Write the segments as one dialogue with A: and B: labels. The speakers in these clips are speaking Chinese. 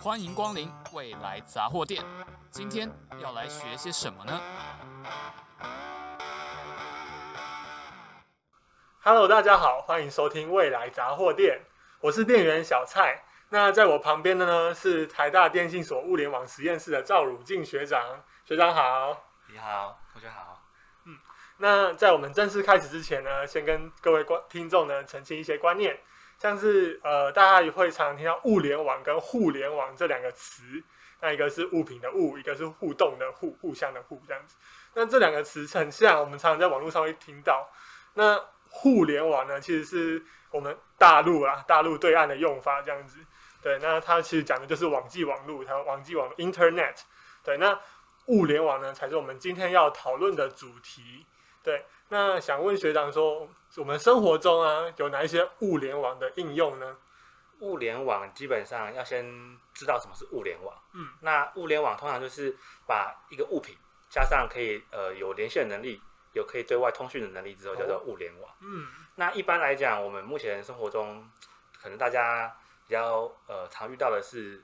A: 欢迎光临未来杂货店。今天要来学些什么呢？
B: Hello，大家好，欢迎收听未来杂货店，我是店员小蔡。那在我旁边的呢是台大电信所物联网实验室的赵汝敬学长，学长好。
C: 你好，同学好。
B: 那在我们正式开始之前呢，先跟各位观听众呢澄清一些观念，像是呃大家也会常听到物联网跟互联网这两个词，那一个是物品的物，一个是互动的互，互相的互这样子。那这两个词很像，我们常常在网络上会听到。那互联网呢，其实是我们大陆啊，大陆对岸的用法这样子。对，那它其实讲的就是网际网络，还有网际网络 （Internet）。对，那物联网呢，才是我们今天要讨论的主题。对，那想问学长说，我们生活中啊，有哪一些物联网的应用呢？
C: 物联网基本上要先知道什么是物联网。
B: 嗯，
C: 那物联网通常就是把一个物品加上可以呃有连线的能力，有可以对外通讯的能力之后，叫做物联网。
B: 嗯
C: 那一般来讲，我们目前生活中，可能大家比较呃常遇到的是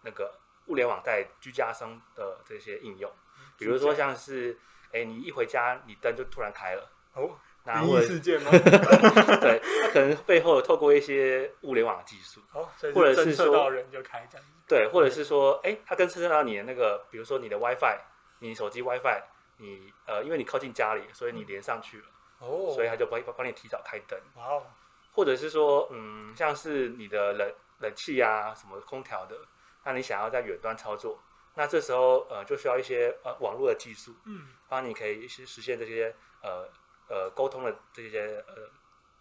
C: 那个物联网在居家中的这些应用，比如说像是哎、诶你一回家，你灯就突然开了，
B: 哦，
C: 那
B: 灵
C: 或
B: 异
C: 者
B: 事件吗？
C: 对，它可能背后透过一些物联网技术。
B: 哦，所以
C: 或者是
B: 侦测
C: 说
B: 到人就开这样子。
C: 对，或者是说，哎，它跟侦测到你的那个，比如说你的 WiFi，你手机 WiFi，你呃，因为你靠近家里，所以你连上去了，
B: 哦，
C: 所以它就帮帮你提早开灯，
B: 哇哦，
C: 或者是说，嗯，像是你的冷冷气啊，什么空调的，那你想要在远端操作，那这时候呃就需要一些呃网络的技术，
B: 嗯，
C: 帮你可以实实现这些呃呃沟通的这些呃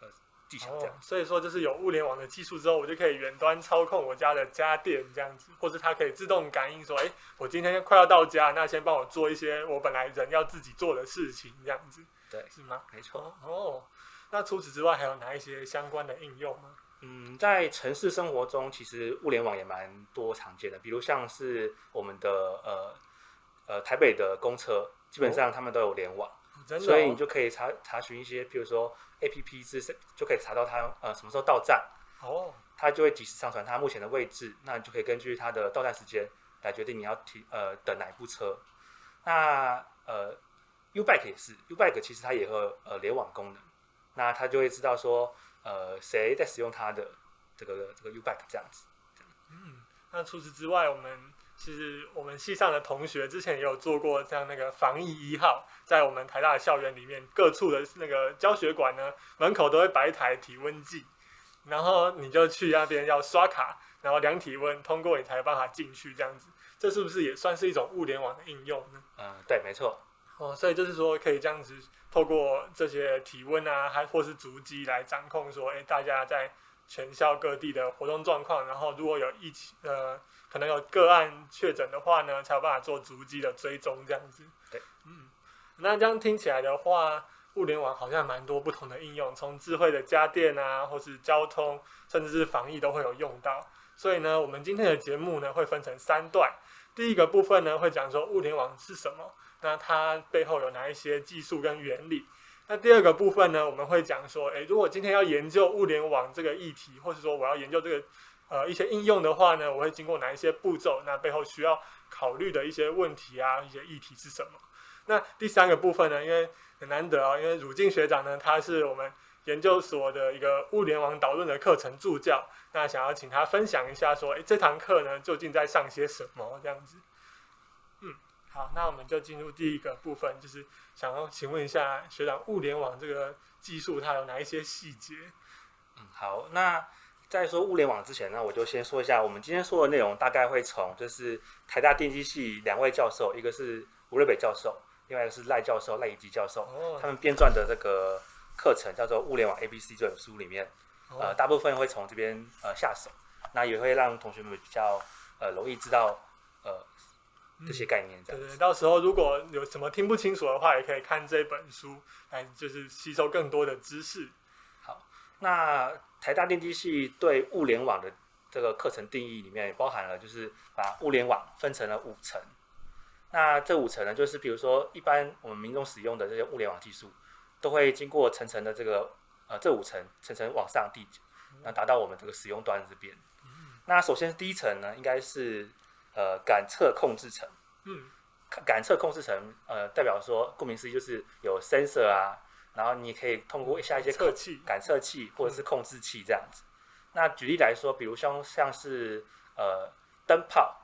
C: 呃技巧
B: 哦
C: 这样，子。
B: 所以说就是有物联网的技术之后，我就可以远端操控我家的家电这样子，或是它可以自动感应说，哎，我今天快要到家，那先帮我做一些我本来人要自己做的事情这样子，
C: 对，
B: 是吗？
C: 没错。
B: 哦哦，那除此之外还有哪一些相关的应用吗？
C: 嗯，在城市生活中，其实物联网也蛮多常见的，比如像是我们的呃呃台北的公车，基本上他们都有联网，
B: 哦真的哦、
C: 所以你就可以查查询一些，比如说 A P P 是就可以查到它呃什么时候到站，
B: 哦
C: 它就会及时上传它目前的位置，那你就可以根据它的到站时间来决定你要停呃等哪一部车。那呃，U Bike 也是，U Bike 其实它也会有呃联网功能，那它就会知道说呃谁在使用它的这个这个 U Bike 这样子。
B: 那除此之外，我们其实我们系上的同学之前也有做过这样那个防疫一号，在我们台大的校园里面各处的那个教学馆呢，门口都会摆一台体温计，然后你就去那边要刷卡，然后量体温，通过你才有办法进去这样子。这是不是也算是一种物联网的应用呢？
C: 嗯、对，没错，
B: 哦，所以就是说可以这样子透过这些体温啊，还或是足迹来掌控说，哎，大家在全校各地的活动状况，然后如果有疫情，呃，可能有个案确诊的话呢，才有办法做足迹的追踪这样子。
C: 对，
B: 嗯，那这样听起来的话，物联网好像蛮多不同的应用，从智慧的家电啊，或是交通，甚至是防疫都会有用到。所以呢，我们今天的节目呢会分成三段，第一个部分呢会讲说物联网是什么。那它背后有哪一些技术跟原理？那第二个部分呢，我们会讲说，诶，如果今天要研究物联网这个议题，或者说我要研究这个呃一些应用的话呢，我会经过哪一些步骤？那背后需要考虑的一些问题啊，一些议题是什么？那第三个部分呢，因为很难得啊，因为汝敬学长呢，他是我们研究所的一个物联网导论的课程助教，那想要请他分享一下说，诶，这堂课呢究竟在上些什么这样子？好，那我们就进入第一个部分，就是想要请问一下学长，物联网这个技术它有哪一些细节？
C: 嗯，好，那在说物联网之前呢，我就先说一下我们今天说的内容，大概会从就是台大电机系两位教授，一个是吴瑞北教授，另外一个是赖教授赖以吉教授，
B: 哦
C: 他们编撰的这个课程叫做《物联网 A B C》这本书里面，
B: 哦
C: 呃，大部分会从这边呃下手，那也会让同学们比较呃容易知道呃这些概念这
B: 对
C: 样。
B: 对，到时候如果有什么听不清楚的话，也可以看这本书，来就是吸收更多的知识。
C: 那台大电机系对物联网的这个课程定义里面，包含了就是把物联网分成了五层。那这五层呢，就是比如说一般我们民众使用的这些物联网技术，都会经过层层的这个呃这五层层层往上递减，那达到我们这个使用端这边。那首先第一层呢，应该是呃感测控制层。
B: 嗯
C: 感感测控制层，呃，代表说，顾名思义就是有 sensor 啊，然后你可以通过下一些
B: 测器
C: 感测器或者是控制器这样子。那举例来说，比如像像是呃灯泡，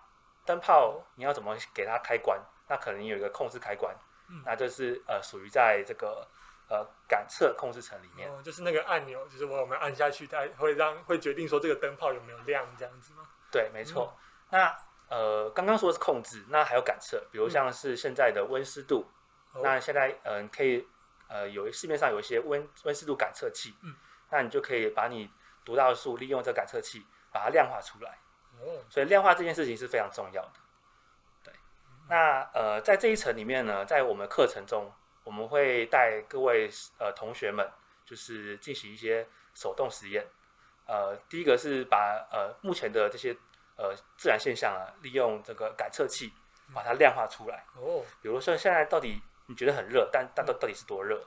C: 灯泡你要怎么给它开关？那可能有一个控制开关，
B: 嗯
C: 那就是呃属于在这个呃感测控制层里面。
B: 哦，就是那个按钮，就是我有没有按下去，它会让会决定说这个灯泡有没有亮这样子吗？
C: 对，没
B: 嗯
C: 错。那呃刚刚说的是控制，那还有感测，比如像是现在的温湿度，
B: 哦
C: 那现在嗯、呃可以呃有市面上有一些温温湿度感测器，
B: 嗯，
C: 那你就可以把你读到的数利用这个感测器把它量化出来，
B: 哦，
C: 所以量化这件事情是非常重要的。对，那呃在这一层里面呢，在我们课程中，我们会带各位呃同学们就是进行一些手动实验。呃，第一个是把呃目前的这些呃自然现象啊，利用这个感测器把它量化出来。
B: 哦，
C: 比如说现在到底你觉得很热，但但到到底是多热？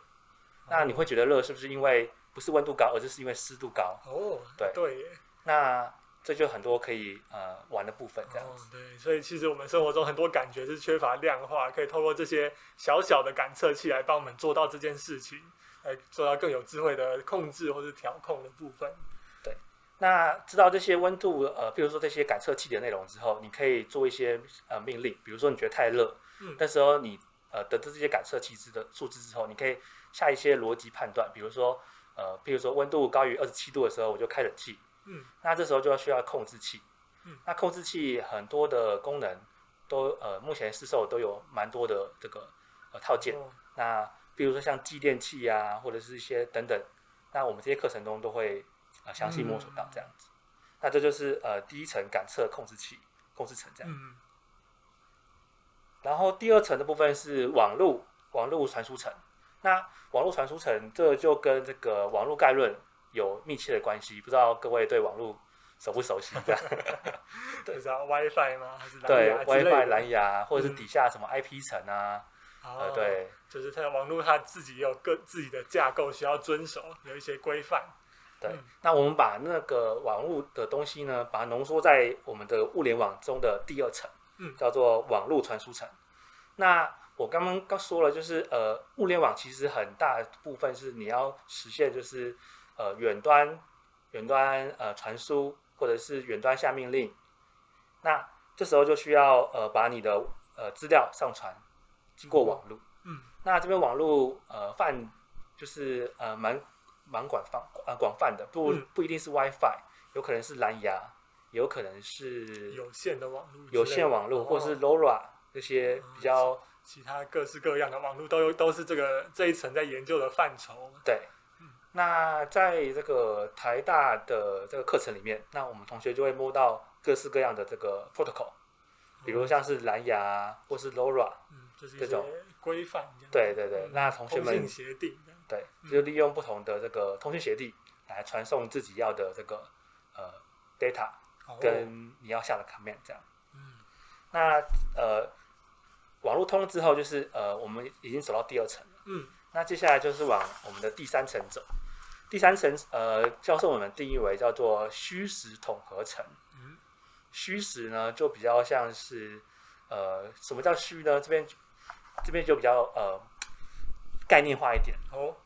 C: 那你会觉得热是不是因为不是温度高，而是是因为湿度高？
B: 哦，
C: 对
B: 对耶，
C: 那这就很多可以呃玩的部分这样
B: 哦
C: 子。，
B: 对，所以其实我们生活中很多感觉是缺乏量化，可以透过这些小小的感测器来帮我们做到这件事情，来做到更有智慧的控制或是调控的部分。
C: 那知道这些温度呃，譬如说这些感测器的内容之后，你可以做一些呃命令，比如说你觉得太热，
B: 嗯
C: 那时候你呃得知这些感测器之的数字之后，你可以下一些逻辑判断，比如说呃，譬如说温度高于二十七度的时候，我就开冷气，
B: 嗯，
C: 那这时候就要需要控制器。
B: 嗯
C: 那控制器很多的功能都呃，目前市售都有蛮多的这个呃套件。
B: 哦
C: 那比如说像继电器啊，或者是一些等等，那我们这些课程中都会呃详细摸索到这样子。那这就是呃第一层感测控制器控制层这样。
B: 嗯，
C: 然后第二层的部分是网络网络传输层。那网络传输层这就跟这个网络概论有密切的关系，不知道各位对网络熟不熟悉？这 样对
B: 就是啊，WiFi 吗？还是蓝
C: 对
B: 牙之类的
C: WiFi 蓝牙，或者是
B: 嗯
C: 底下什么 IP 层啊，
B: 哦
C: 呃，，对
B: 就是它的网络它自己也有各自己的架构需要遵守，有一些规范。
C: 对
B: 嗯。
C: 那我们把那个网络的东西呢，把它浓缩在我们的物联网中的第二层，
B: 嗯
C: 叫做网络传输层。那我刚刚刚说了，就是呃，物联网其实很大部分是你要实现，就是呃远端远端呃传输，或者是远端下命令。那这时候就需要呃把你的呃资料上传，经过网络。
B: 嗯，
C: 那这边网络呃泛就是呃蛮蛮广泛呃广泛的，不
B: 嗯
C: 不一定是 WiFi，有可能是蓝牙，有可能是
B: 有线的网络之类的，哦
C: 有线网络，或是 LoRa 这些比较
B: 其他各式各样的网络都有，都是这个这一层在研究的范畴。
C: 对。那在这个台大的这个课程里面，那我们同学就会摸到各式各样的这个 protocol，比
B: 哦
C: 如像是蓝牙或是 LoRa，
B: 嗯，就是一
C: 这
B: 些
C: 种
B: 规范这样。
C: 对对对
B: 嗯，
C: 那同学
B: 通
C: 们
B: 信协定这样。
C: 对，就利用不同的这个通讯协议来传送自己要的这个呃 data
B: 哦
C: 跟你要下的 command 这样。
B: 嗯
C: 那呃，网络通了之后，就是呃，我们已经走到第二层了。
B: 嗯
C: 那接下来就是往我们的第三层走。第三层呃，教授我们定义为叫做虚实统合层。
B: 嗯
C: 虚实呢，就比较像是呃，什么叫虚呢？这边这边就比较呃概念化一点。
B: 哦，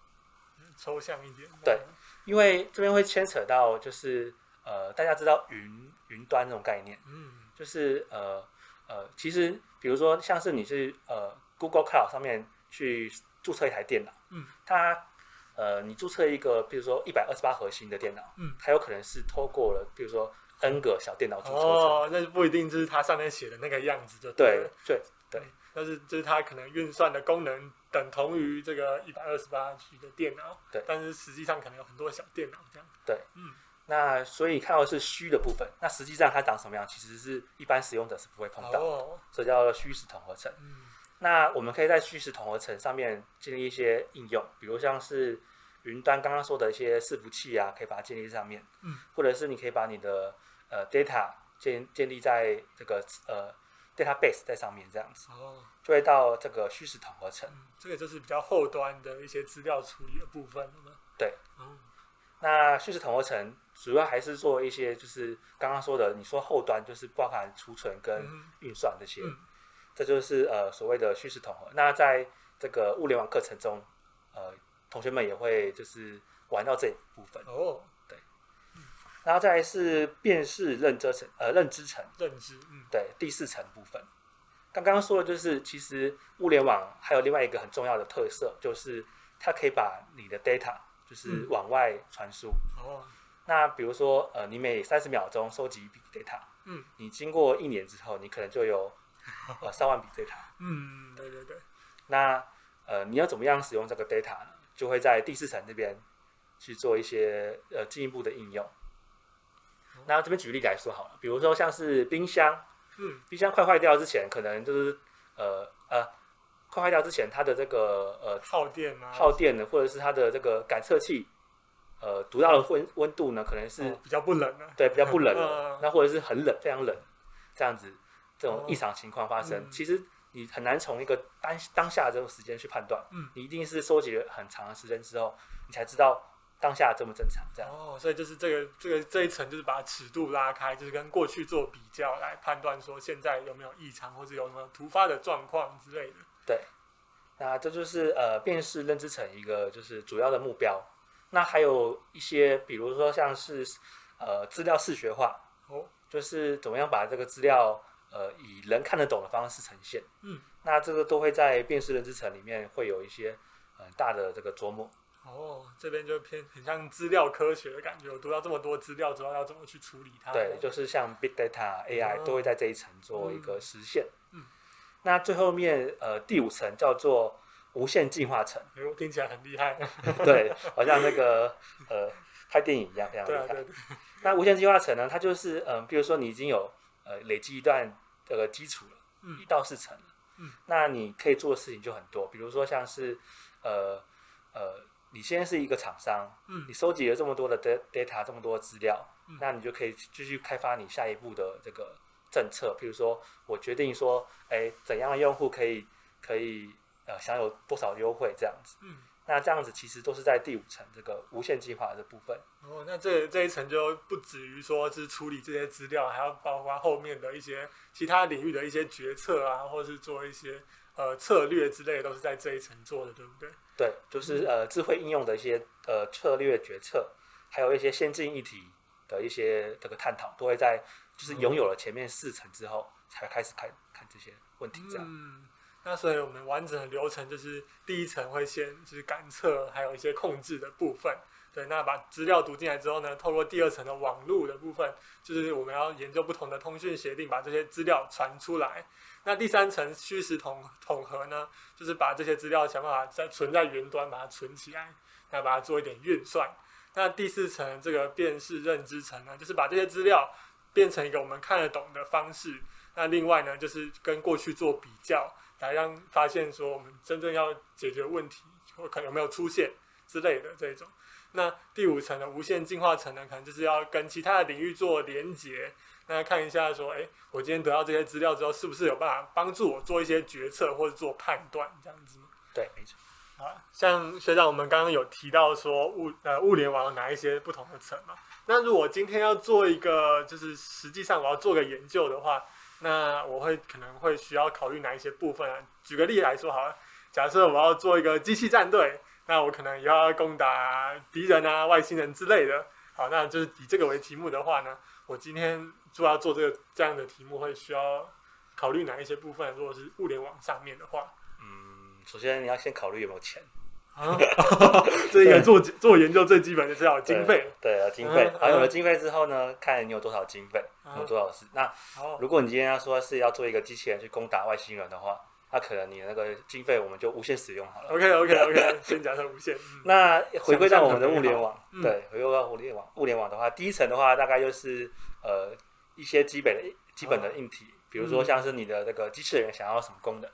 B: 抽象一点。
C: 对因为这边会牵扯到，就是呃，大家知道云云端这种概念，
B: 嗯
C: 就是呃呃，其实比如说像是你是呃 Google Cloud 上面去注册一台电脑，
B: 嗯，
C: 它呃你注册一个，比如说一百二十八核心的电脑，
B: 嗯
C: 它有可能是透过了，比如说 N 个小电脑注册成，
B: 哦，那不一定就是它上面写的那个样子就
C: 对
B: 了，
C: 对，
B: 但是就是它可能运算的功能等同于这个一百二十八 G 的电脑，
C: 对
B: 但是实际上可能有很多小电脑这样。
C: 对，
B: 嗯
C: 那所以看到的是虚的部分，那实际上它长什么样，其实是一般使用者是不会碰到的，
B: 哦
C: 所以叫做虚实统合层。
B: 嗯
C: 那我们可以在虚实统合层上面建立一些应用，比如像是云端刚刚说的一些伺服器啊，可以把它建立在上面，
B: 嗯，
C: 或者是你可以把你的呃 data 建建立在这个呃 database 在上面，这样子
B: 哦。
C: 就会到这个虚实统合层。
B: 嗯这个就是比较后端的一些资料处理的部分了吗？
C: 对，
B: 哦，
C: 那虚实统合层主要还是做一些就是刚刚说的，你说后端就是包含储存跟
B: 嗯
C: 运算这些，
B: 嗯
C: 这就是呃所谓的叙事统合。那在这个物联网课程中，呃，同学们也会就是玩到这一部分。
B: 哦，
C: 然后再来是辨识认知层，呃，认知层，
B: 认知，嗯
C: 对，第四层部分。刚刚说的就是，其实物联网还有另外一个很重要的特色，就是它可以把你的 data 就是
B: 嗯
C: 往外传输。
B: 哦，
C: 那比如说，呃，你每三十秒钟收集一笔 data，
B: 嗯
C: 你经过一年之后，你可能就有呃上万笔 data。
B: 嗯，对对对，
C: 那呃，你要怎么样使用这个 data 呢？就会在第四层这边去做一些呃进一步的应用。那这边举例来说好了，比如说像是冰箱，
B: 嗯
C: 冰箱快坏掉之前，可能就是呃呃快坏掉之前，它的这个呃
B: 耗电啊，
C: 耗电呢，或者是它的这个感测器，呃读到的温温度呢，可能是、
B: 哦比较不冷啊，
C: 对比较不冷了
B: 嗯，
C: 那或者是很冷，非常冷，这样子这种
B: 哦
C: 异常情况发生，
B: 嗯
C: 其实你很难从一个当当下这种时间去判断，
B: 嗯
C: 你一定是收集了很长的时间之后，你才知道当下这么正常这样。
B: 哦，所以就是这个这个这一层就是把尺度拉开，就是跟过去做比较来判断说现在有没有异常或者有什么突发的状况之类的。
C: 对，那这就是呃辨识认知层一个就是主要的目标。那还有一些，比如说像是呃资料视觉化，
B: 哦，
C: 就是怎么样把这个资料呃以人看得懂的方式呈现。
B: 嗯，
C: 那这个都会在辨识认知层里面会有一些很大的这个琢磨。
B: 哦，这边就偏很像资料科学的感觉。我读到这么多资料，知道要怎么去处理它。
C: 对，就是像 big data、AI
B: 哦
C: 都会在这一层做一个实现。
B: 嗯，
C: 那最后面呃第五层叫做无限进化层，
B: 哎呦，听起来很厉害。
C: 对，好像那个呃拍电影一样非常厉
B: 对啊，
C: 害。
B: 对对，
C: 那无限进化层呢，它就是嗯、呃比如说你已经有呃累积一段这个基础了，
B: 嗯
C: 一到四层了，
B: 嗯，
C: 那你可以做的事情就很多，比如说像是呃呃，你现在是一个厂商，
B: 嗯
C: 你收集了这么多的 da- data，这么多的资料，
B: 嗯
C: 那你就可以继续开发你下一步的这个政策，比如说我决定说，哎，怎样的用户可以可以呃享有多少优惠这样子，
B: 嗯。
C: 那这样子其实都是在第五层这个无限进化的部分。
B: 哦，那这这一层就不止于说是处理这些资料，还要包括后面的一些其他领域的一些决策啊，或是做一些呃策略之类的，都是在这一层做的，对不对？
C: 对，就是呃智慧应用的一些呃策略决策，还有一些先进议题的一些这个探讨，都会在就是拥有了前面四层之后，才开始看看这些问题这样。
B: 嗯，那所以我们完整的流程就是第一层会先就是感测，还有一些控制的部分。对，那把资料读进来之后呢，透过第二层的网络的部分，就是我们要研究不同的通讯协定，把这些资料传出来。那第三层虚实统统合呢，就是把这些资料想办法在存在云端，把它存起来，那把它做一点运算。那第四层这个辨识认知层呢，就是把这些资料变成一个我们看得懂的方式。那另外呢，就是跟过去做比较，来让发现说我们真正要解决问题或可能有没有出现之类的这种。那第五层的无限进化层呢，可能就是要跟其他的领域做连接，那看一下说，哎，我今天得到这些资料之后，是不是有办法帮助我做一些决策或者做判断这样子吗？
C: 对，没错。
B: 啊，像学长，我们刚刚有提到说物呃物联网有哪一些不同的层嘛？那如果今天要做一个，就是实际上我要做个研究的话，那我会可能会需要考虑哪一些部分啊？举个例来说好了，假设我要做一个机器战队，那我可能也要攻打敌人啊、外星人之类的。好，那就是以这个为题目的话呢，我今天就要做这个这样的题目，会需要考虑哪一些部分？如果是物联网上面的话。
C: 嗯，首先你要先考虑有没有钱，
B: 啊， 这个做做研究最基本的是要有经费。
C: 对，对，有经费
B: 嗯。
C: 然后有了经费之后呢，看你有多少经费，
B: 嗯
C: 有多少事。那
B: 好，
C: 如果你今天要说是要做一个机器人去攻打外星人的话，那可能你的那个经费我们就无限使用好了。
B: OK OK OK，先假设无限。嗯
C: 那回归到我们的物联网，
B: 想象很美好嗯
C: 对，回归到物联网，物联网的话，第一层的话，大概就是呃一些基本的基本的硬体，比如说
B: 嗯
C: 像是你的这个机器人想要什么功能，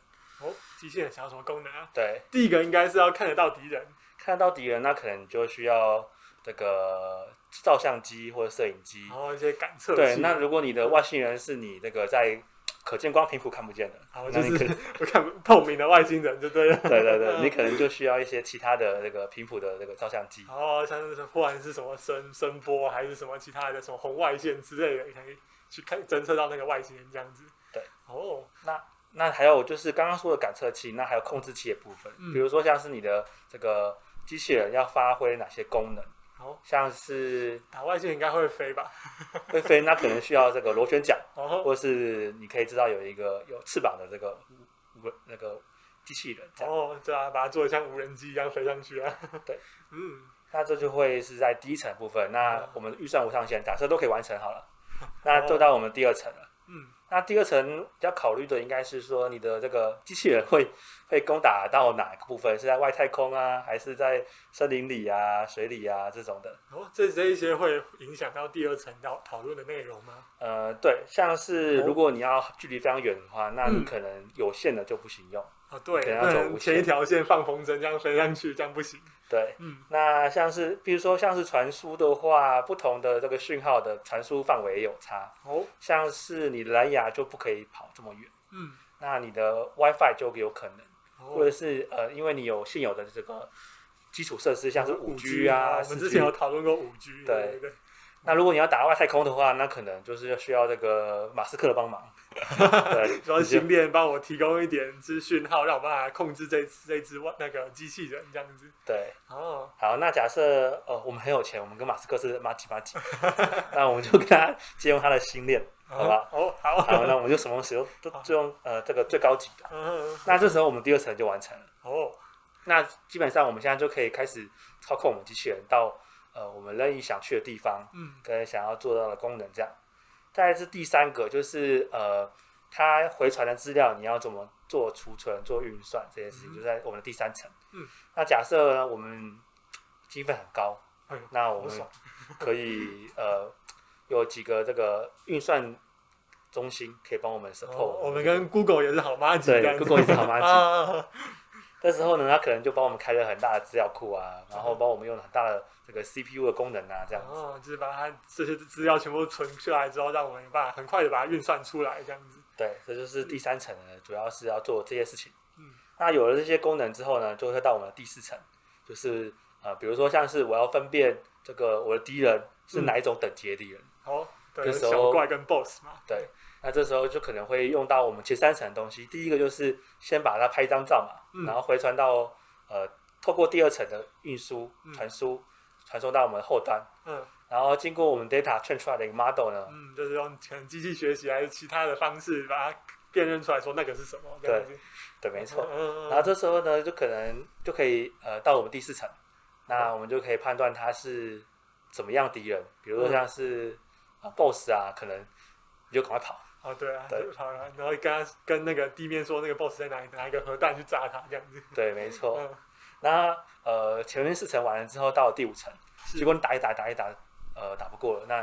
B: 哦，机器人想要什么功能啊？
C: 对，
B: 第一个应该是要看得到敌人。
C: 看得到敌人，那可能你就需要这个照相机或者摄影机
B: 然，后一些感测器。
C: 对，那如果你的外星人是你这个在可见光频谱看不见的，
B: 好，
C: 那
B: 哦就
C: 你可能
B: 是 我看透明的外星人就对了。
C: 对对对，你可能就需要一些其他的那个频谱的那个照相机。
B: 哦，像是不管是什么声声波，还是什么其他的什么红外线之类的，也可以去看侦测到那个外星人这样子。
C: 对，
B: 哦，
C: 那那还有就是刚刚说的感测器，那还有控制器的部分，
B: 嗯
C: 比如说像是你的这个机器人要发挥哪些功能，
B: 好，
C: 像是
B: 打外星人应该会飞吧？
C: 会飞，那可能需要这个螺旋桨，
B: 哦
C: 或是你可以知道有一个有翅膀的这个无无那个机器人这样。
B: 哦，对啊，把它做的像无人机一样飞上去啊。
C: 对，
B: 嗯，
C: 那这就会是在第一层部分。那
B: 嗯
C: 我们预算无上限，假设都可以完成好 了，那就到我们第二层了。
B: 嗯，
C: 那第二层要考虑的应该是说，你的这个机器人会 会攻打到哪个部分？是在外太空啊，还是在森林里啊、水里啊这种的？
B: 哦，这这一些会影响到第二层要讨论的内容吗？
C: 呃，对，像是
B: 哦
C: 如果你要距离非常远的话，那你
B: 嗯
C: 可能有限的就不行用。
B: 哦，对，
C: 可能要
B: 不
C: 走
B: 能
C: 无
B: 前
C: 线
B: 一条线放风筝这样飞上去，这样不行。
C: 对，
B: 嗯，
C: 那像是比如说像是传输的话，不同的这个讯号的传输范围也有差，
B: 哦，
C: 像是你蓝牙就不可以跑这么远，
B: 嗯，
C: 那你的 WiFi 就有可能。或者
B: 哦，
C: 是呃，因为你有现有的这个基础设施，像是五 G
B: G
C: 啊、
B: 我们
C: 四
B: 之前
C: G
B: 有。讨论过五 G，
C: 对
B: 对对，
C: 那如果你要打外太空的话，那可能就是需要这个马斯克的 帮忙。对，
B: 主要
C: 你就
B: 星链帮我提供一点资讯号，让我办法控制这这只外那个机器人这样子。
C: 对。
B: 哦，
C: 好，那假设呃，我们很有钱，我们跟马斯克是马几马几， 那我们就跟他借用他的心链。好吧
B: 哦，好，
C: 好，那我们就什么时候都就用呃这个最高级的。
B: 嗯，
C: 那这时候我们第二层就完成了。
B: 哦，
C: 那基本上我们现在就可以开始操控我们机器人到呃我们任意想去的地方。
B: 嗯，
C: 跟想要做到的功能这样。再来是第三个，就是呃，它回传的资料你要怎么做储存、做运算这件事情，
B: 嗯
C: 就在我们的第三层。
B: 嗯，
C: 那假设呢，我们经费很高，
B: 哎呦
C: 那我
B: 好
C: 们
B: 爽
C: 可以呃有几个这个运算中心可以帮我们 support
B: 哦我
C: 们
B: 们跟 Google 也是好妈吉，
C: 对 Google 也是好妈 吉。
B: 啊，
C: 这时候呢，它可能就帮我们开了很大的资料库啊，然后帮我们用了很大的这个 CPU 的功能啊，这样子。
B: 嗯哦，就是把它这些资料全部存下来之后，让我们有办法很快的把它运算出来，这样子。
C: 对，这就是第三层呢，主要是要做这些事情。
B: 嗯，
C: 那有了这些功能之后呢，就会到我们的第四层，就是呃，比如说像是我要分辨这个我的敌人
B: 嗯
C: 是哪一种等级的敌人，
B: 哦，对，
C: 这时候
B: 小怪跟 BOSS 嘛，
C: 对，那这时候就可能会用到我们前三层的东西。第一个就是先把它拍一张照嘛，
B: 嗯
C: 然后回传到呃，透过第二层的运输
B: 嗯、
C: 传输、传送到我们的后端，
B: 嗯
C: 然后经过我们 data 圈出来的一个 model 呢，
B: 嗯，就是用可能机器学习还是其他的方式把它辨认出来，说那个是什么，这样子。
C: 对，没错，
B: 嗯嗯
C: 然后这时候呢，就可能就可以呃到我们第四层，那我们就可以判断他是怎么样敌人，比如说像是、
B: 嗯
C: 啊 BOSS 啊，可能你就赶快跑，
B: 哦，对啊，
C: 对
B: 好了，然后跟他跟那个地面说那个 boss 在哪里，拿一个核弹去炸他这样子。
C: 对，没错。
B: 嗯，
C: 那呃前面四层完了之后，到了第五层，
B: 是
C: 结果你打一打打一打，呃打不过了，那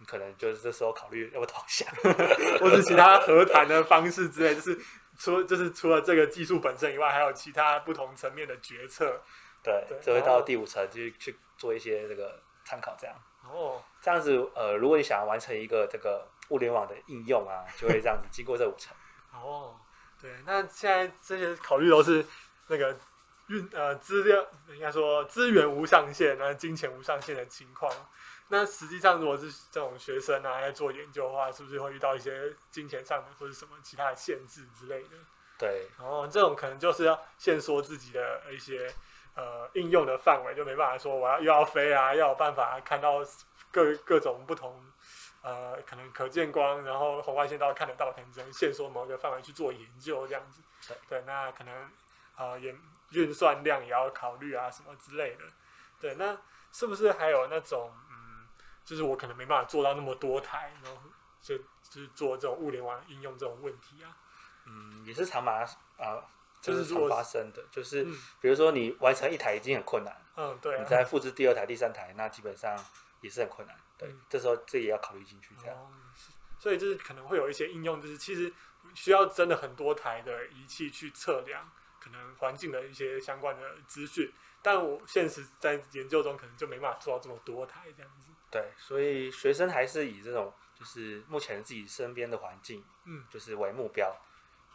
C: 你可能就是这时候考虑要不要投降，
B: 嗯或是其他和谈的方式之类，就是除就是除了这个技术本身以外，还有其他不同层面的决策。
C: 对
B: 对，
C: 就会到
B: 哦
C: 第五层去去做一些这个参考，这样
B: 哦，
C: 这样子呃，如果你想要完成一个这个物联网的应用 啊，就会这样子经过这五层。
B: 哦，对，那现在这些考虑都是那个运呃资料，应该说资源无上限，然后金钱无上限的情况。那实际上，如果是这种学生啊，在做研究的话，是不是会遇到一些金钱上的或者什么其他的限制之类的？
C: 对，
B: 然后这种可能就是要限缩自己的一些呃应用的范围，就没办法说我要又要飞啊，要有办法看到各各种不同呃可能可见光，然后红外线到看得到，可能只能限缩某一个范围去做研究这样子。
C: 对
B: 那可能呃也运算量也要考虑啊什么之类的。对，那是不是还有那种嗯，就是我可能没办法做到那么多台，然后就就是做这种物联网应用这种问题啊？
C: 嗯，也是常发啊，就
B: 就是是如
C: 常
B: 果
C: 发生的，就是
B: 嗯
C: 比如说你完成一台已经很困难，
B: 嗯，对、啊。
C: 你再复制第二台、第三台，那基本上也是很困难。对，
B: 嗯
C: 这时候这也要考虑进去，这样。
B: 哦，是所以就是可能会有一些应用，就是其实需要真的很多台的仪器去测量可能环境的一些相关的资讯，但我现实在研究中可能就没办法做到这么多台这样子。
C: 对，所以学生还是以这种就是目前自己身边的环境，
B: 嗯，
C: 就是为目标，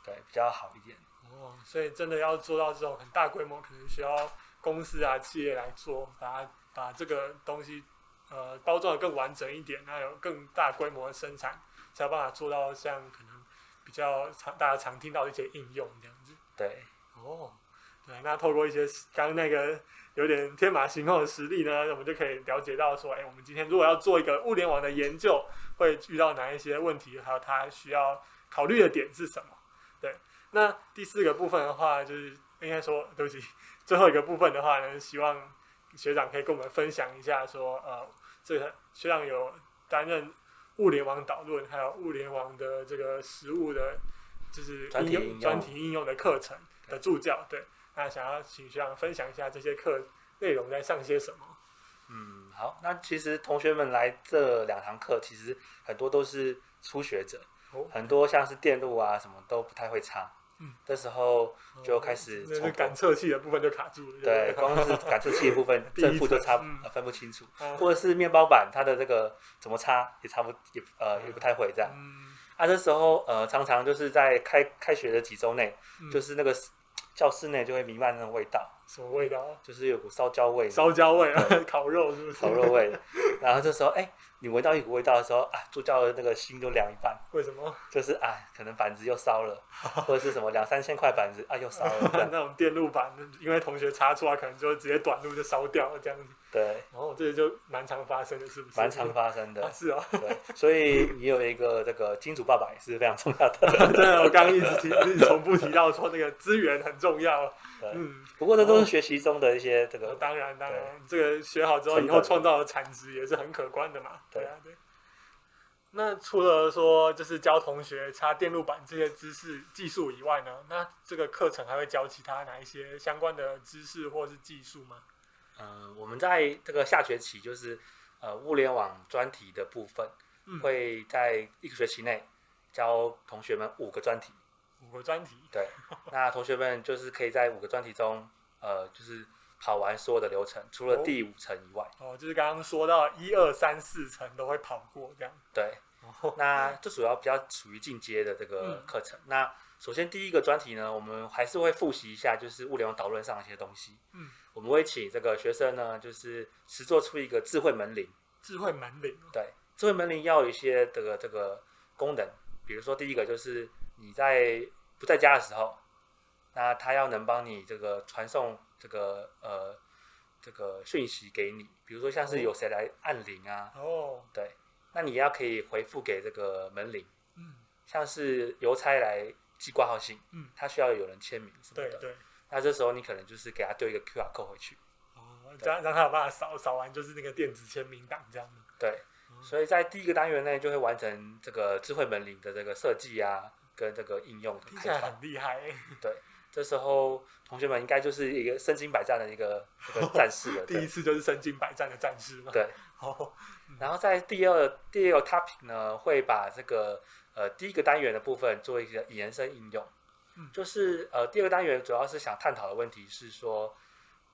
C: 对，比较好一点。
B: 哦，所以真的要做到这种很大规模，可能需要公司啊、企业来做，把它把这个东西呃包装的更完整一点，那有更大规模的生产，才有办法做到像可能比较常大家常听到的一些应用这样子。
C: 对，
B: 哦，对，那透过一些刚刚那个有点天马行空的实例呢，我们就可以了解到说，哎，我们今天如果要做一个物联网的研究，会遇到哪一些问题，还有它需要考虑的点是什么？对，那第四个部分的话，就是应该说，对不起，最后一个部分的话呢，希望学长可以跟我们分享一下说，呃，这个学长有担任物联网导论，还有物联网的这个实物的，就是
C: 专题
B: 应
C: 应用
B: 专题应用的课程的助教，对。那想要请学长分享一下这些课内容在上些什么？
C: 嗯，好，那其实同学们来这两堂课，其实很多都是初学者，
B: 哦
C: 很多像是电路啊什么都不太会插。
B: 嗯，哦
C: 这时候就开始
B: 那
C: 从
B: 是感测器的部分就卡住了，
C: 对，光是感测器的部分
B: 第一
C: 正负都差不
B: 层嗯
C: 呃分不清楚，
B: 嗯
C: 或者是面包板它的这个怎么插也插不也呃也不太会这样。
B: 嗯，
C: 啊，这时候呃常常就是在开开学的几周内，
B: 嗯
C: 就是那个 s- 教室内就会弥漫那种味道，
B: 什么味道？
C: 就是有股烧焦味、
B: 啊烧焦味啊，烤肉是不是？
C: 烤肉味。 然后这时候哎，你闻到一股味道的时候啊，助教的那个心就凉一半，
B: 为什么？
C: 就是啊可能板子又烧 了，或者是什么两三千块板子啊又烧了这
B: 那
C: 样。
B: 种电路板，因为同学插出来，可能就直接短路就烧掉了这样子。
C: 对，
B: 哦，这就蛮常发生的，是不是？
C: 蛮常发生的
B: 啊，。 是啊，
C: 对，所以你有一个这个金主爸爸也是非常重要的。
B: 对，我刚刚一直提，一直重复提到说那个资源很重要。
C: 对
B: 嗯，
C: 不过这都是学习中的一些这个，
B: 当然当然，这个学好之后，
C: 成
B: 以
C: 本
B: 后创造的产值也是很可观的嘛。
C: 对
B: 对啊，对。那除了说就是教同学插电路板这些知识技术以外呢，那这个课程还会教其他哪一些相关的知识或是技术吗？
C: 呃，我们在这个下学期就是呃物联网专题的部分，
B: 嗯
C: 会在一个学期内教同学们五个专题。
B: 五个专题。
C: 对，那同学们就是可以在五个专题中，呃，就是跑完所有的流程，除了
B: 哦
C: 第五层以外。
B: 哦，就是刚刚说到一二三四层都会跑过这样。
C: 对，那这主要比较属于进阶的这个
B: 嗯
C: 课程。那首先第一个专题呢，我们还是会复习一下，就是物联网导论上的一些东西。
B: 嗯，
C: 我们会请这个学生呢，就是实做出一个智慧门铃。
B: 智慧门铃哦，
C: 对，智慧门铃要有一些这个这个功能，比如说第一个就是你在不在家的时候，那它要能帮你这个传送这个呃这个讯息给你，比如说像是有谁来按铃啊，
B: 哦，
C: 对，那你也要可以回复给这个门铃，
B: 嗯，
C: 像是邮差来寄挂号信，
B: 嗯
C: 他需要有人签名什么
B: 对
C: 的，
B: 对，
C: 那这时候你可能就是给他丢一个 QR code 回去，
B: 哦，这样让他有办法扫扫完就是那个电子签名档这样子。
C: 对，
B: 嗯
C: 所以在第一个单元内就会完成这个智慧门铃的这个设计啊，跟这个应用的
B: 听起
C: 开
B: 来
C: 发。
B: 很厉害欸，
C: 这时候同学们应该就是一个身经百战的一个一个战 士了。
B: 第一
C: 对
B: 次就是身经百战的战士嘛。
C: 对，
B: 哦，
C: 然后在第二第二个 topic 呢，会把这个呃第一个单元的部分做一个延伸应用，
B: 嗯
C: 就是呃第二个单元主要是想探讨的问题是说，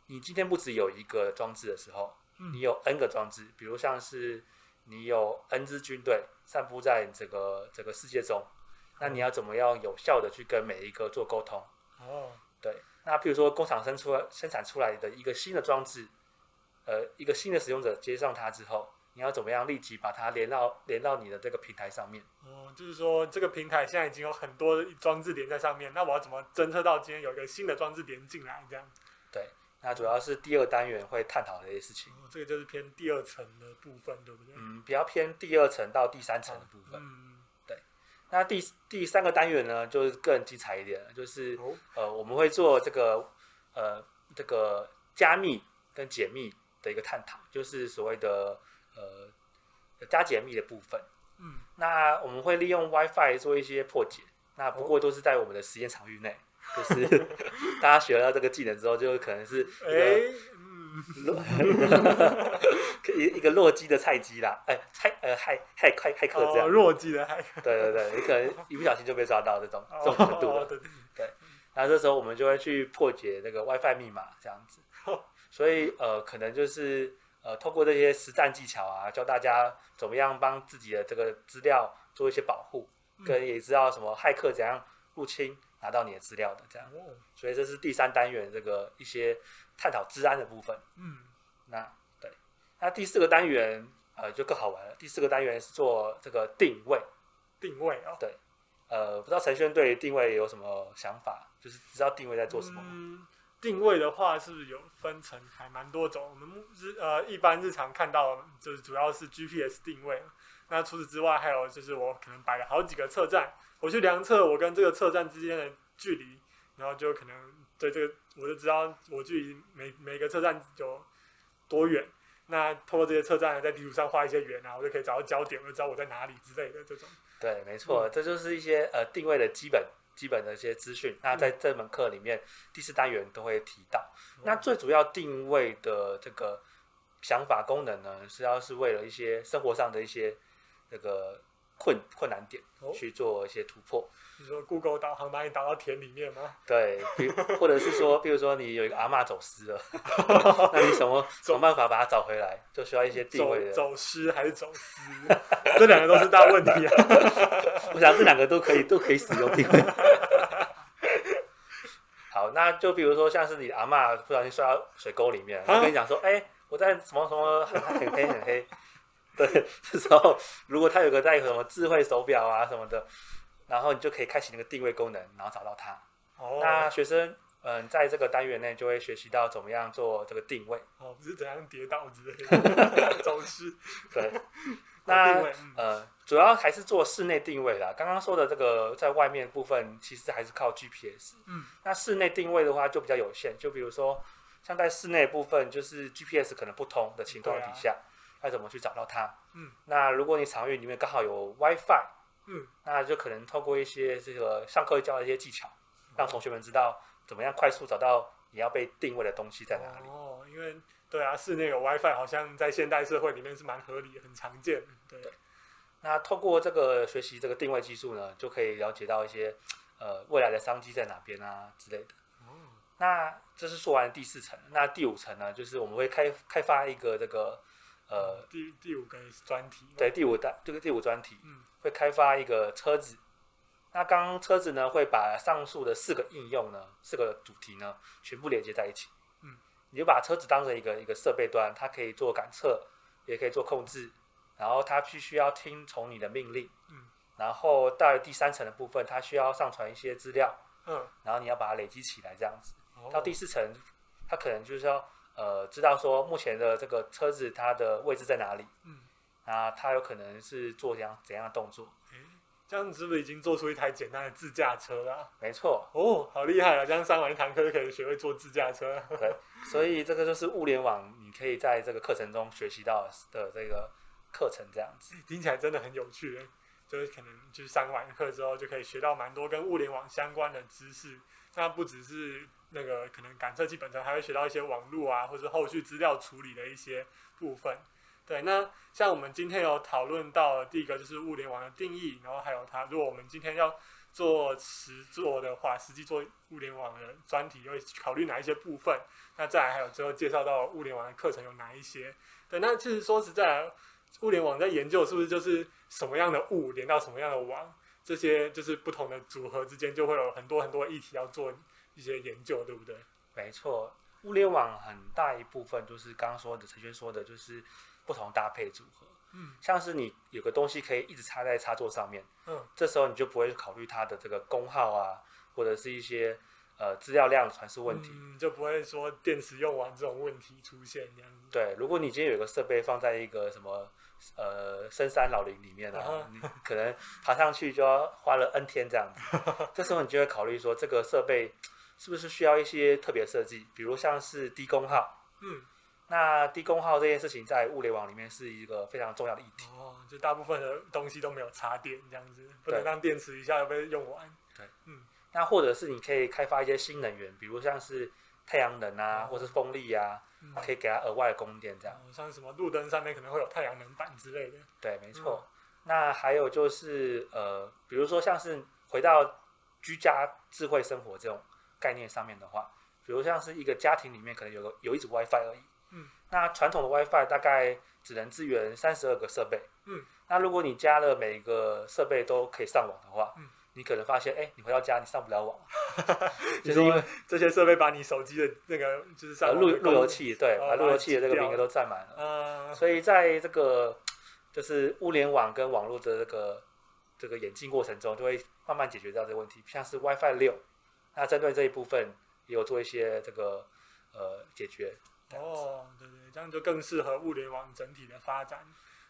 C: 你今天不只有一个装置的时候，
B: 嗯
C: 你有 n 个装置，比如像是你有 n 支军队散布在这个这个世界中，那你要怎么样有效的去跟每一个做沟通？
B: 哦，
C: 对，那譬如说工厂生出来生产出来的一个新的装置，呃，一个新的使用者接上它之后，你要怎么样立即把它连到连到你的这个平台上面？
B: 哦，就是说这个平台现在已经有很多装置连在上面，那我要怎么侦测到今天有一个新的装置连进来？这样，
C: 对，那主要是第二单元会探讨的一些事情，
B: 哦，这个就是偏第二层的部分，对不对？
C: 嗯，比较偏第二层到第三层的部分。
B: 嗯，
C: 那第第三个单元呢，就是更精彩一点了，就是
B: 哦，
C: 呃，我们会做这个呃这个加密跟解密的一个探讨，就是所谓的呃加解密的部分。
B: 嗯，
C: 那我们会利用 WiFi 做一些破解，那不过都是在我们的实验场 域内，就是 大家学了这个技能之后，就可能是一个
B: 哎，嗯，
C: 落一一个落机的菜鸡啦，哎、菜呃骇骇骇骇客这
B: 哦，
C: 样，
B: 弱鸡的还
C: 对对对，你可能一不小心就被抓到这种这种程度
B: 哦
C: 了。
B: 对对，
C: 那这时候我们就会去破解那个 WiFi 密码这样子
B: 哦，
C: 所以呃，可能就是呃，透过这些实战技巧啊，教大家怎么样帮自己的这个资料做一些保护，跟也知道什么骇客怎样入侵拿到你的资料的这样。
B: 哦，
C: 所以这是第三单元这个一些探讨治安的部分。
B: 嗯，
C: 那对，那第四个单元呃就更好玩了。第四个单元是做这个定位，
B: 定位啊、
C: 呃，不知道陈轩对定位有什么想法？就是知道定位在做什么吗？
B: 嗯，定位的话是不是有分成还蛮多种？我们目日呃一般日常看到的就是主要是 GPS 定位，那除此之外还有就是我可能摆了好几个车站，我去量测我跟这个车站之间的距离，然后就可能对这个我就知道我距离每每个车站有多远。那透过这些车站在地图上画一些圆啊，我就可以找到焦点，我就知道我在哪里之类的这种。
C: 对，没
B: 嗯
C: 错，这就是一些呃定位的基本基本的一些资讯。
B: 嗯
C: 那在这门课里面，第四单元都会提到。
B: 嗯
C: 那最主要定位的这个想法功能呢，是要是为了一些生活上的一些这个困困难点
B: 哦
C: 去做一些突破。
B: 你说 Google 导航把你导到田里面吗？
C: 对，比或者是说，比如说你有一个阿嬷走失了， 那 你什么什么办法把它找回来？就需要一些定
B: 走
C: 位的。
B: 走失还是走私，这两个都是大问题啊。
C: 我想这两个都可以都可以使用定位。 好，那就比如说像是你阿嬷不小心摔到水沟里面，
B: 啊
C: 她跟你讲说，哎、我在什么什么很很黑很黑。对， 这时候如果他有个带什么智慧手表啊什么的，然后你就可以开启那个定位功能，然后找到它。那
B: 哦，
C: 学生，嗯、在这个单元内就会学习到怎么样做这个定位。
B: 哦，不是怎样跌倒之类的，走失。
C: 对，
B: 哦
C: 那
B: 定位嗯
C: 呃，主要还是做室内定位啦。刚刚说的这个在外面部分，其实还是靠 GPS。
B: 嗯，
C: 那室内定位的话就比较有限，就比如说像在室内部分，就是 GPS 可能不通的情况
B: 对啊
C: 底下，要怎么去找到它？
B: 嗯，
C: 那如果你场域里面刚好有 WiFi，
B: 嗯，
C: 那就可能透过一些这个上课教的一些技巧，让同学们知道怎么样快速找到你要被定位的东西在哪里。
B: 哦，因为对啊，室内有 WiFi，好像在现代社会里面是蛮合理、很常见的。对，
C: 那透过这个学习这个定位技术呢，就可以了解到一些呃未来的商机在哪边啊之类的。
B: 哦，
C: 那这是说完第四层，那第五层呢，就是我们会开开发一个这个呃，
B: 第第五个专题，，
C: 对第五单这个第五专题
B: 嗯，
C: 会开发一个车子。那刚刚车子呢，会把上述的四个应用呢，四个主题呢，全部连接在一起。
B: 嗯，
C: 你就把车子当成一个一个设备端，它可以做感测，也可以做控制，然后它必须要听从你的命令。
B: 嗯，
C: 然后到了第三层的部分，它需要上传一些资料，
B: 嗯，
C: 然后你要把它累积起来，这样子。
B: 哦
C: 到第四层，他可能就是要呃知道说目前的这个车子它的位置在哪里，
B: 嗯，
C: 那它有可能是做怎样怎样的动作？
B: 这样是不是已经做出一台简单的自驾车了啊？
C: 没错，
B: 哦，好厉害啊！这样上完一堂课就可以学会坐自驾车了。
C: 对，所以这个就是物联网，你可以在这个课程中学习到的这个课程这样子。
B: 听起来真的很有趣耶，就是可能就是上完课之后就可以学到蛮多跟物联网相关的知识。那不只是那个可能感测器本身，还会学到一些网络啊，或者后续资料处理的一些部分。对，那像我们今天有讨论到的第一个就是物联网的定义，然后还有它，如果我们今天要做实做的话，实际做物联网的专题会考虑哪一些部分？那再来还有最后介绍到物联网的课程有哪一些？对，那其实说实在，啊物联网在研究是不是就是什么样的物连到什么样的网，这些就是不同的组合之间就会有很多很多议题要做一些研究，对不对？
C: 没错，物联网很大一部分就是刚刚说的陈轩说的，就是不同搭配组合。
B: 嗯
C: 像是你有个东西可以一直插在插座上面，
B: 嗯
C: 这时候你就不会去考虑它的这个功耗啊，或者是一些呃资料量传输问题。
B: 嗯就不会说电池用完这种问题出现这样子。
C: 对，如果你今天有一个设备放在一个什么呃深山老林里面
B: 啊
C: 啊，你可能爬上去就要花了 N 天这样子，这时候你就会考虑说这个设备是不是需要一些特别设计，比如像是低功耗。
B: 嗯，
C: 那低功耗这件事情在物联网里面是一个非常重要的议题。
B: 哦，就大部分的东西都没有插电这样子，不
C: 对
B: 能让电池一下就被用完。
C: 那或者是你可以开发一些新能源，比如像是太阳能啊，
B: 哦
C: 或是风力啊，
B: 嗯
C: 可以给它额外的供电这样。
B: 哦像什么路灯上面可能会有太阳能板之类的。
C: 对，没
B: 嗯
C: 错。那还有就是呃，比如说像是回到居家智慧生活这种概念上面的话，比如像是一个家庭里面可能有个有一组 WiFi 而已，
B: 嗯，
C: 那传统的 WiFi 大概只能支援三十二个设备。
B: 嗯，
C: 那如果你加了每个设备都可以上网的话，
B: 嗯
C: 你可能发现，哎、你回到家你上不 了网，
B: 你
C: 就是因为
B: 说这些设备把你手机的那个就是
C: 呃
B: 上
C: 路路由
B: 由，
C: 器对，
B: 哦
C: 把路由器的这个
B: 把它挤掉
C: 名额都占满了。
B: 呃，
C: 所以在这个就是物联网跟网络的这个这个演进过程中，就会慢慢解决掉这个问题。像是 WiFi 六，那针对这一部分也有做一些这个呃解决。
B: 哦，对对，这样就更适合物联网整体的发展。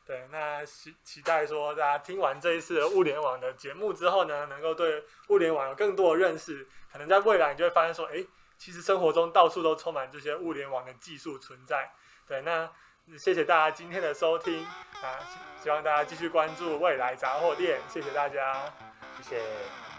B: 对，那期期待说大家听完这一次的物联网的节目之后呢，能够对物联网有更多的认识，可能在未来你就会发现说，诶，其实生活中到处都充满这些物联网的技术存在。对，那谢谢大家今天的收听啊，希希望大家继续关注未来杂货店，谢谢大家。
C: 谢谢。